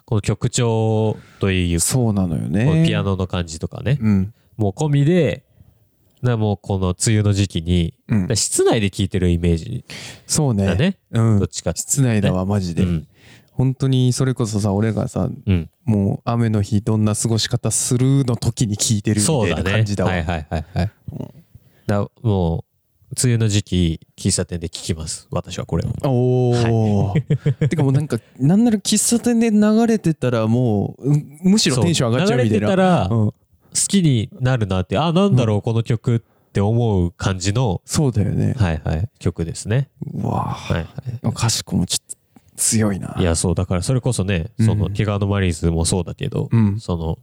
A: この曲調とい
B: いう
A: か、
B: そうなのよ
A: こ
B: ね
A: のピアノの感じとかね、
B: うん
A: もう込みで、なもうこの梅雨の時期に、
B: うん
A: だ室内で聴いてるイメージ
B: そう
A: だ
B: ね
A: ね、
B: うん
A: どっちかって
B: 室内だわマジで、
A: うん
B: 本当にそれこそさ俺がさ
A: うん、
B: もう雨の日どんな過ごし方するの時に聞いてるみ
A: そう
B: た
A: だ
B: いな
A: ね
B: 感じ。だわ
A: はいはいはいはい。だもう、梅雨の時期、喫茶店で聴きます、私はこれを。
B: おお、てかもうなんかなんなら喫茶店で流れてたらもううんむしろテンション上がっちゃうみ
A: 流
B: た
A: れ
B: い
A: てた
B: な
A: ら、好
B: うん、
A: きになるなって、あ、なんだろう、この曲って思う感じの、
B: そうだよね
A: はいはい、曲ですね。
B: うわあ
A: はいはい。
B: かしこもちょっと強いない
A: や、そう、だからそれこそね、
B: うん
A: その、毛皮のマリーズもそうだけど、
B: うん
A: その、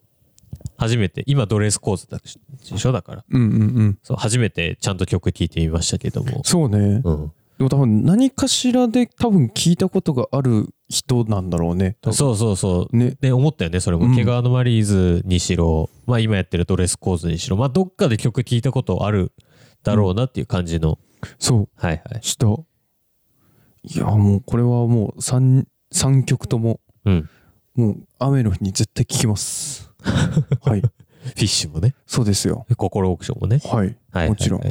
A: 初めて、今ドレスコーズだでしょだから、
B: うんうんうん
A: そう、初めてちゃんと曲聴いてみましたけども、
B: そうね、
A: うん。
B: でも多分何かしらで多分聞いたことがある人なんだろうね多分
A: そうそうそう。
B: ね
A: で、思ったよね、それ
B: うん
A: も。毛皮のマリーズにしろ、まあ今やってるドレスコーズにしろ、まあどっかで曲聴いたことあるだろうなっていう感じの、
B: そう
A: はいはい。
B: したいやもうこれはもう 3, 三曲とも
A: うん。
B: もう雨の日に絶対聞き ます。はい。
A: フィッシュもね、
B: そうですよ。
A: 心オークションもね。
B: はい。
A: はいはいはい
B: もちろん
A: い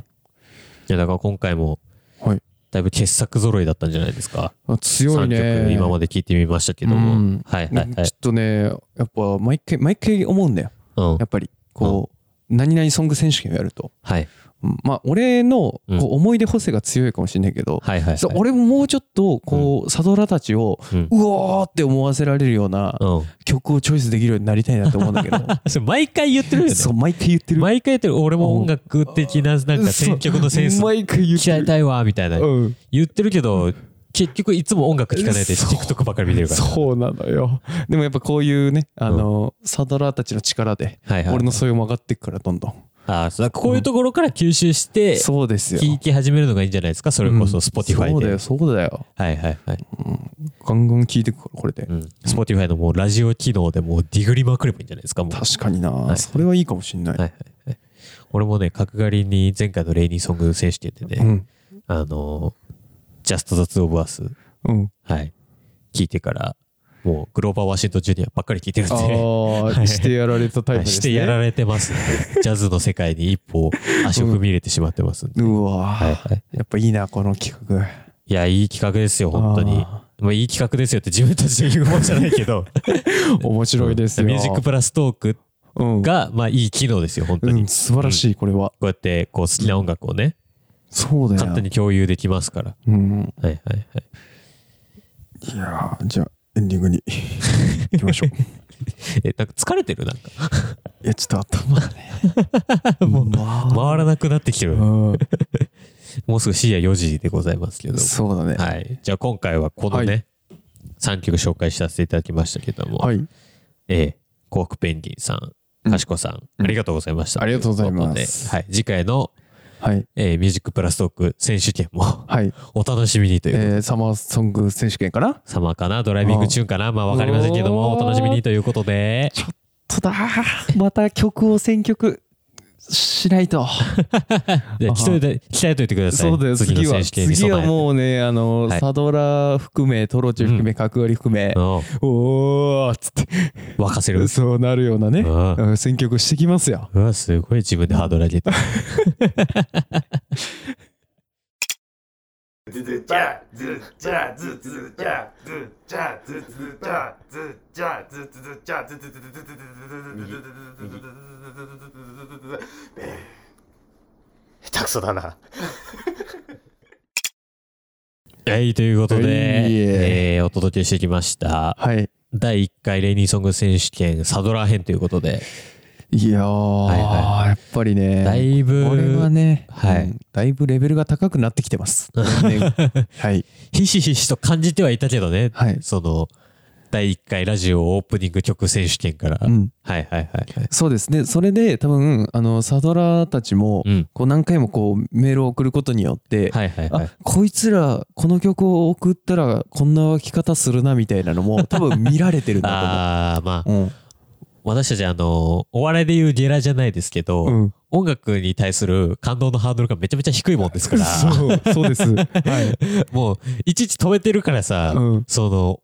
A: や、だから今回も、
B: はい
A: だいぶ傑作揃いだったんじゃないですか。
B: あ強い
A: 3
B: ね。
A: 曲今まで聞いてみましたけども、
B: うん
A: はいはいはい
B: ちょっとね、やっぱ毎回、毎回思うんだよ。
A: うん
B: やっぱり、こう、何々ソング選手権をやると、
A: はい。
B: うんまあ、俺のこう
A: うん
B: 思い出補正が強いかもしれないけど、
A: はいはい、はい。
B: そう俺ももうちょっとこう、サドラたちを
A: うん。
B: うおーって思わせられるような
A: うん。
B: 曲をチョイスできるようになりたいなと思うんだけど
A: それ毎回言ってるよね。
B: そう毎回言ってる
A: 毎回言ってる。俺も音楽的な、なんか選曲のセンス
B: そう毎回言って
A: 鍛え
B: る
A: たいわ、みたいな。
B: うん
A: 言ってるけど、結局いつも音楽聴かないで
B: そう
A: TikTok ばっかり見てるから。
B: そうなのよでもやっぱこういうねあの、サドラーたちの力で
A: はいはい。
B: 俺の素養も上がっていくからどんどん、
A: ああ、そうこういうところから吸収して、
B: そうですよ
A: 聴き始めるのがいいんじゃないですか。それこそ Spotify で。
B: そうだよそうだよ
A: はいはいはい。
B: ガンガン聞いてくからこれで、
A: うん。Spotify のもうラジオ機能でもうディグりまくればいいんじゃないですか。もう
B: 確かにな、
A: い
B: それはいいかもしんない、
A: はいはいはい。俺もね、角刈りに前回のレイニーソング選手権で
B: う
A: ね、
B: ん
A: あのー、Just That's of Us、
B: うん
A: はい、聞いてから、もうグローバー・ワシントン・ジュニアばっかり聞いてるん
B: あ
A: で、
B: あしてやられたタイプ
A: は
B: で
A: い
B: す、ね、
A: してやられてますん で、ジャズの世界に一歩足を踏み入れてしまってますんで。
B: うわ、
A: はいはい、
B: やっぱいいなこの企画
A: いや、いい企画ですよ、本当に。
B: あ
A: まあ、いい企画ですよって自分たちで言うもんじゃないけど、
B: ー面白い ですよ、
A: ミュージックプラストーク
B: うん
A: が、まあ、いい機能ですよ、本当
B: う
A: に。
B: ん、
A: こ
B: 素晴らしいこれは、
A: うやって、こう、好きな音楽をね、
B: そうだよ
A: 簡単に共有できますから。
B: うん、
A: はいはいはい。
B: いやーじゃあエンディン グに行きましょう
A: え、なんか疲れてるなんか。
B: いやちょっと頭がねもうまあ
A: 回らなくなってきてる。
B: うん
A: もうすぐ深夜4時でございますけども。
B: そうだね
A: はい。じゃあ今回はこのね、3曲紹介させていただきましたけども、
B: はい、
A: ええ、コークペンギンさん、かしこさん、ありがとうございました。
B: ありがとうございます
A: ということではい。次回の、
B: はい
A: えーミュージックプラストーク選手権も
B: はい
A: お楽しみにということで。
B: えーサマーソング選手権かな
A: サマーかなドライビングチューンかなまあわかりませんけども、
B: お
A: お
B: ー
A: 楽しみにということで。
B: とだまた曲を選曲しないと
A: で
B: あは
A: 鍛えて、鍛えといてください。
B: そうだよ
A: 次の
B: 次は
A: 選手権に
B: 次
A: 備
B: は
A: えて。
B: もうねあの、
A: はい
B: サドラ含めトロチ含め角割り含め、
A: う
B: おーっつっ
A: ん沸かせる
B: て。そうなるようなね、
A: うん
B: うん選曲してきますよ
A: うわ、すごい自分でハードル上げ て。
C: ズズチャズチャズズチャズチャズズチャズチャズズチャズズズズズズズ下手くそだな。
A: はい、ということで、
B: はい
A: えーお届けしてきました。
B: はい
A: 第1回レイニーソング選手権サドラー編ということで、
B: いやー、
A: いは
B: やっぱりね
A: だいぶ、
B: これはね、
A: はい
B: うんだいぶレベルが高くなってきてます。年々 はい、
A: ひしひしと感じてはいたけどね、
B: はい
A: その、第1回ラジオオープニング曲選手権から。
B: うん
A: はいはいはいはい。
B: そうですね。それで多分あのサドラーたちも、
A: うん。
B: こう何回もこうメールを送ることによって、
A: はいはいはい
B: あ。こいつらこの曲を送ったらこんな湧き方するなみたいなのも多分見られてるんだ
A: ああーまあ
B: と、思う。
A: 私たちあの、お笑いで言うゲラじゃないですけど、
B: うん、うん、
A: 音楽に対する感動のハードルがめちゃめちゃ低いもんですから、
B: そうそうです。はい、
A: もう、いちいち止めてるからさ、
B: うん
A: その、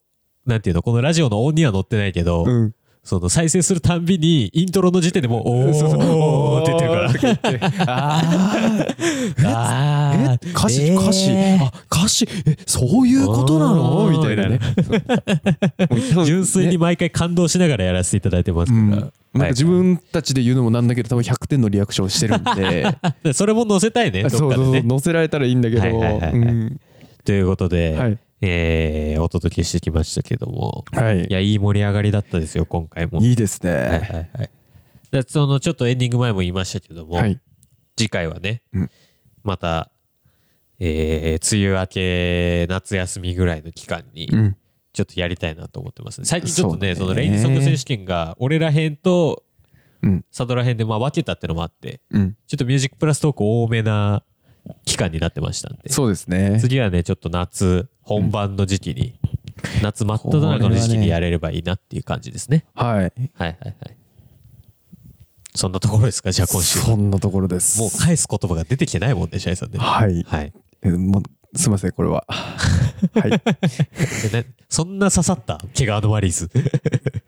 A: なんていうの、このラジオの音には載ってないけど、
B: うん、
A: その再生するたんびに、イントロの時点でもう、お ー、おーって言ってるから。
B: るから。あー
A: あ
B: え歌詞、歌詞、あ歌詞えそういうことな
A: お
B: の
A: ー
B: みたいな ね。
A: 純粋に毎回感動しながらやらせていただいてます
B: う
A: から。
B: ん、なん
A: は
B: か
A: い
B: 自分たちで言うのもなんだけど多分100点のリアクションしてるん で
A: でそれも載せたいね、どっかで
B: そ
A: ね。
B: うそうそう載せられたらいいんだけど、
A: はいはいはいはい
B: うん
A: ということで、
B: はい
A: えーお届けしてきましたけども、
B: はい
A: いや、いい盛り上がりだったですよ、今回も。
B: いいです
A: はい
B: ね、
A: はいはい。でその、ちょっとエンディング前も言いましたけども、
B: はい、
A: 次回はね、
B: うん
A: また、えー梅雨明け夏休みぐらいの期間に
B: うん
A: ちょっとやりたいなと思ってますね最近ちょっとねそ
B: そうだね
A: のレインソング選手権が俺ら編と
B: うん
A: サドラ編でまあ分けたってのもあって
B: うん
A: ちょっとミュージックプラストーク多めな期間になってましたんで
B: そうですね
A: 次はねちょっと夏本番の時期に、夏真っ只中の時期にやれればいいなっていう感じですね
B: はい
A: はいはいはいそんなところですかじゃあ今週は
B: そんなところです
A: もう返す言葉が出てきてないもんねシャイさんね
B: はい、
A: はい。
B: えもうすいませんこれははい
A: えねそんな刺さった毛があのマリーズ。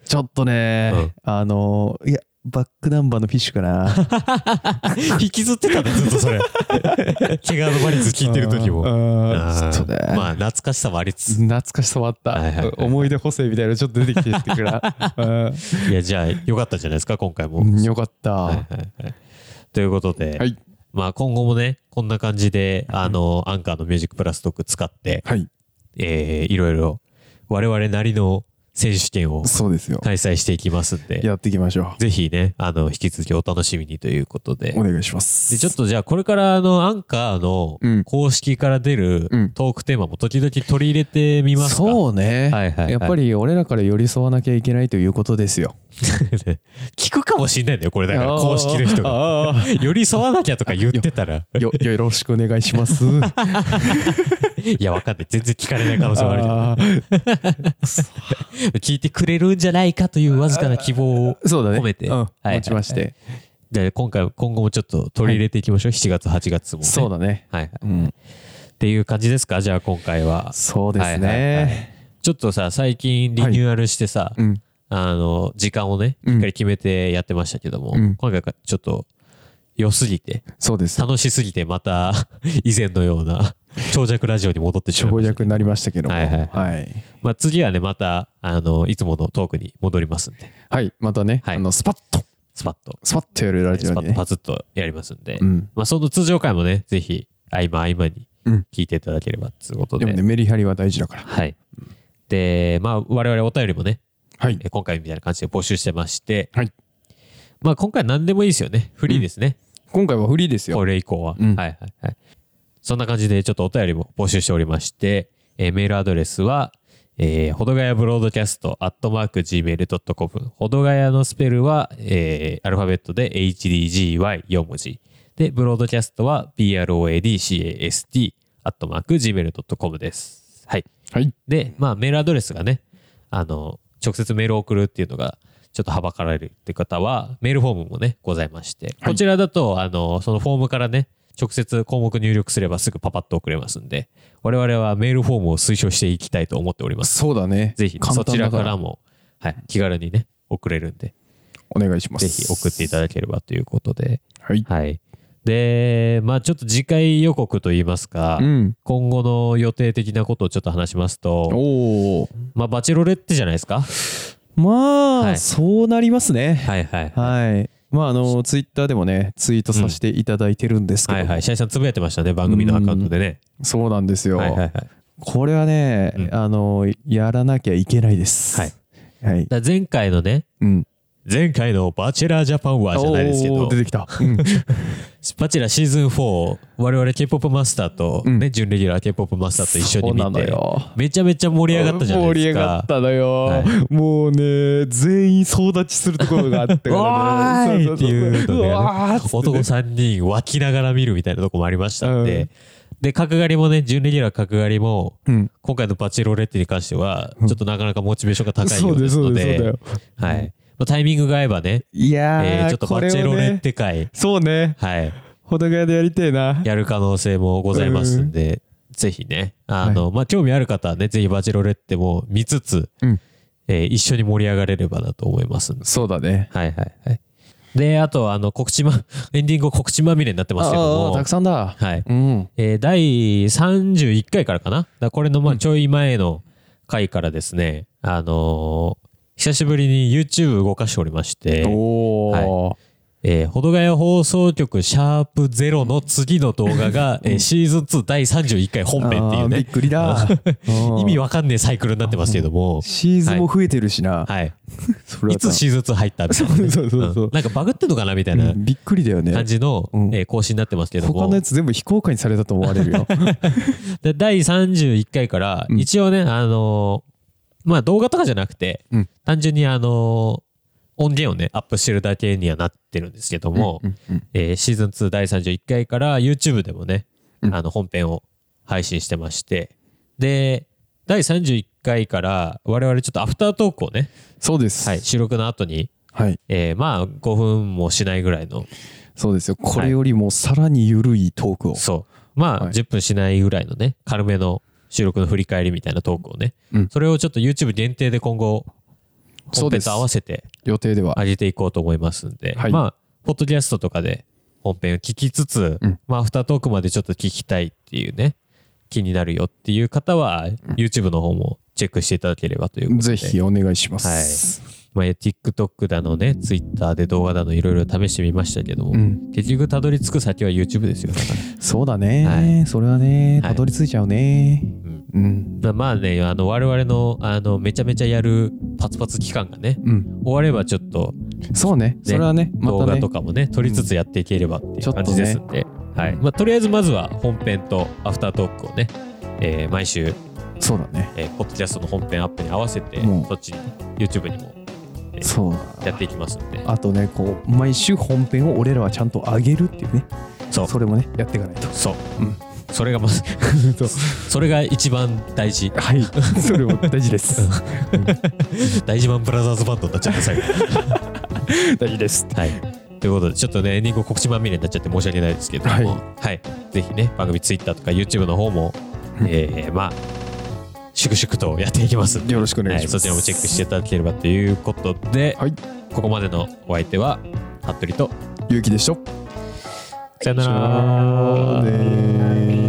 B: ちょっとね、
A: うん
B: あのいやバックナンバーのフィッシュか な
A: 引きずってたね、ずっとそれ。 毛があのマリーズ聞いてる時も。
B: あ
A: あ
B: ー
A: ー
B: ちょっとね、
A: まあ、懐かしさもあり つつ。
B: 懐かしさもあった、
A: はいはいはい
B: 思い出補正みたいなのちょっと出てきてるから、
A: いや、じゃあ、よかったじゃないですか、今回も。
B: うん、よかった、
A: はいはいはいということで、
B: はい
A: まあ今後もね、こんな感じで、あの、アンカーのミュージックプラストーク使って、
B: はい。
A: えー、いろいろ我々なりの選手権を
B: そうですよ。
A: 開催していきますんで、
B: やっていきましょ
A: ぜひね、あの、引き続きお楽しみにということで
B: う。お、願いします。
A: でちょっとじゃあこれからあのアンカーの
B: うん
A: 公式から出る
B: うん
A: トークテーマも時々取り入れてみますか、
B: そうね、
A: はいはいはい
B: やっぱり俺らから寄り添わなきゃいけないということですよ。
A: 聞くかもしんないんだよこれだから公式の人 が
B: あーあ
A: 寄り添わなきゃとか言ってたら
B: ーよよろしくお願いします。あ
A: いやわかんない全然聞かれない可能性もあるじゃん
B: ー
A: 聞いてくれるんじゃないかというわずかな希望を
B: そうだね。
A: 込めて
B: うん
A: はいはいはい
B: 持ちまして、
A: で今回今後もちょっと取り入れていきましょう、7月8月もね、
B: そうだね。
A: はいはい、
B: うん
A: っていう感じですかじゃあ今回は
B: そうですね。
A: はいはいはいちょっとさ最近リニューアルしてさ、
B: うん。
A: あの時間をね
B: うん
A: しっかり決めてやってましたけども、
B: うん
A: 今回がちょっと良すぎて
B: そうです。
A: 楽しすぎてまた 以前のよう な長尺ラジオに戻ってしまいま
B: 長
A: した
B: 尺になりましたけども、
A: はいはい
B: はい
A: まあ、次はねまたあのいつものトークに戻りますんで
B: はいまたね、
A: はい
B: あのスパッと
A: スパッと
B: スパッとやるラジオ
A: スパ
B: に
A: ッと
B: ね
A: パ。ツッとやりますんで、
B: うん。
A: まあ、その通常回もねぜひ合間合間に
B: うん
A: 聞いていただければっていうことで、
B: でもねメリハリは大事だから。
A: はいでまあ我々お便りもね
B: はい。
A: え今回みたいな感じで募集してまして、
B: はい
A: まあ今回何でもいいですよねフリーですね、
B: 今回はフリーですよ。
A: これ以降は、
B: うん
A: はいはいはい。そんな感じでちょっとお便りも募集しておりまして、えーメールアドレスは、えー、ほどがやブロードキャストアットマーク Gmail.com ほどがやのスペルは、えーアルファベットで HDGY4 文字でブロードキャストは BROADCAST アットマーク Gmail.com ですはい
B: はい。
A: でまあメールアドレスがねあの直接メールを送るっていうのがちょっとはばかられるって方はメールフォームもねございまして、
B: はい
A: こちらだとあのそのフォームからね直接項目入力すればすぐパパッと送れますんで我々はメールフォームを推奨していきたいと思っております
B: そうだね。
A: ぜひ
B: 簡単
A: そ
B: だ
A: ちらからも、はい、気軽にね送れるんで
B: お願いします。
A: ぜひ送っていただければということで
B: はい。
A: はいでまあちょっと次回予告といいますか、
B: うん。
A: 今後の予定的なことをちょっと話しますと
B: おお。
A: まあ、バチェロレッテじゃないですか。
B: まあ、
A: はい
B: そうなりますね。
A: はいはい。
B: はい。まああのツイッターでもねツイートさせていただいてるんですけど、
A: はいはい。シャイさんつぶやいてましたね、番組のアカウントでね。
B: そうなんですよ。
A: はいはいはい。だか
B: これはね、
A: うん
B: あのやらなきゃいけないです。
A: はい。
B: はい。
A: ら前回のね、
B: うん。
A: 前回のバチェラージャパンはじゃないですけ
B: お
A: ど
B: ー、出てきた。うん
A: バチェラーシーズン4、我々 K-POP マスターと、
B: うん
A: ね、準レギュラー K-POP マスターと一緒に
B: そう
A: 見
B: なの
A: て、
B: よ
A: めちゃめちゃ盛り上がったじゃない
B: 盛り
A: で
B: 上
A: す
B: がっ
A: か。
B: たのよ、
A: はい
B: もうね全員総立ちするところがあったか
A: うわ
B: らね
A: ー いっていうのでね
B: うわーっつって
A: 男
B: ね
A: 3人湧きながら見るみたいなとこもありましたん
B: う
A: で
B: ん、
A: で、角刈りもね、準レギュラー角刈りも、
B: うん
A: 今回のバチェロレッテに関しては、ちょっとなかなかモチベーションが高いようですの
B: そうだよそうだよそうだ
A: で
B: よ、
A: はい。まあタイミングが合えばね、
B: いやー、
A: えーちょっと
B: こ
A: バ
B: れを
A: チェロレッ
B: ね、
A: テ会、
B: そうね
A: はい、
B: ほどがやでやりてえな
A: やる可能性もございますんで、ぜひね、あの、まあ、興味ある方はね、ぜひバチェロレッテも見つつ、
B: うん
A: えー一緒に盛り上がれればなと思いますんで
B: そうだね
A: はいはいはい。で、あと、あの、告知ま、 エンディングを告知まみれになってますけど
B: あー
A: も
B: たく、さんだ
A: はい。
B: うん
A: えー第31回からかなだからこれのまあちょい前の回からですね、あのー久しぶりに YouTube 動かしておりまして、
B: おお、
A: えー、ほどがや放送局シャープゼロの次の動画 が、えーシーズン2第31回本編っていう
B: あーび
A: ね、
B: っくり だ
A: 意味
B: は
A: わかんねえサイクルになってますけども、
B: シーズンも増えてるしな、
A: はい。
B: それはい
A: つシーズン2入ったみたいなね。
B: そうそうそうそう
A: うんなんかバグってんのかなみたいな
B: うんびっくりだよ
A: 感
B: ね
A: じの、
B: うん
A: えー更新になってますけど
B: 他
A: も
B: のや、つ全部非公開にされたと思われる よ
A: で第31回から、
B: ん
A: 一応ね、あのーまあ動画とかじゃなくて、
B: うん
A: 単純にあのー音源をね、アップしてるだけにはなってるんですけども、
B: うんうん
A: えーシーズン2第31回から YouTube でもね、
B: うん
A: あの本編を配信してましてで第31回から我々ちょっとアフタートークをね、
B: そうです
A: はい、収録の後に、
B: はい
A: えーまあ5分もしないぐらいの
B: そうですよ。これよりもさらにゆるいトークを。
A: そうまあ
B: はい
A: 10分しないぐらいのね軽めの収録の振り返りみたいなトークをね、
B: うん
A: それをちょっと YouTube 限定で今後
B: そ
A: 本
B: うで
A: 編
B: す
A: と合わせて
B: 予定では。
A: 上げていこうと思いますんで、
B: はい
A: まあポッドキャストとかで本編を聞きつつ、
B: うん
A: まあアフタートークまでちょっと聞きたいっていうね気になるよっていう方は YouTube の方もチェックしていただければということで
B: ぜひお願いします。
A: まあ、TikTok だのね、Twitter で動画だのいろいろ試してみましたけども、
B: うん、
A: 結局たどり着く先は YouTube ですよ。だか
B: そうだね、
A: はい
B: それはね
A: はい
B: たどり着いちゃうね、
A: うん
B: うん
A: らまあね、あの我々のあのめちゃめちゃやるパツパツ期間がね、
B: うん、
A: 終わればちょっと
B: そうねそれはねま
A: 動
B: た
A: 画
B: ね
A: とかもね、撮りつつやっていければっていう感じですんで、はいまあ、とりあえずまずは本編とアフタートークをね、えー毎週、
B: そうだね
A: えーポッドキャストの本編アップに合わせて、
B: うん
A: そっちに YouTube にも
B: そう
A: やっていきますんで、
B: あとねこう毎週本編を俺らはちゃんと上げるっていうね
A: そう
B: それもねやっていかないと
A: そう、
B: うん
A: それがまず それが一番大事
B: はい それも大事です
A: 大事マンブラザーズバンドになっちゃった最後
B: 大事です
A: はいということでちょっとねエンディング告知まみれになっちゃって申し訳ないですけどもは、
B: はいい
A: ぜひね番組 Twitter とか YouTube の方も、
B: うん
A: えー、まあ粛々とやっていきますんで
B: よろしくお願
A: はいい、
B: します、
A: そちらもチェックしていただければということで、
B: はい
A: ここまでのお相手は服部と
B: ゆうきでしょ
A: さよなら
B: ねー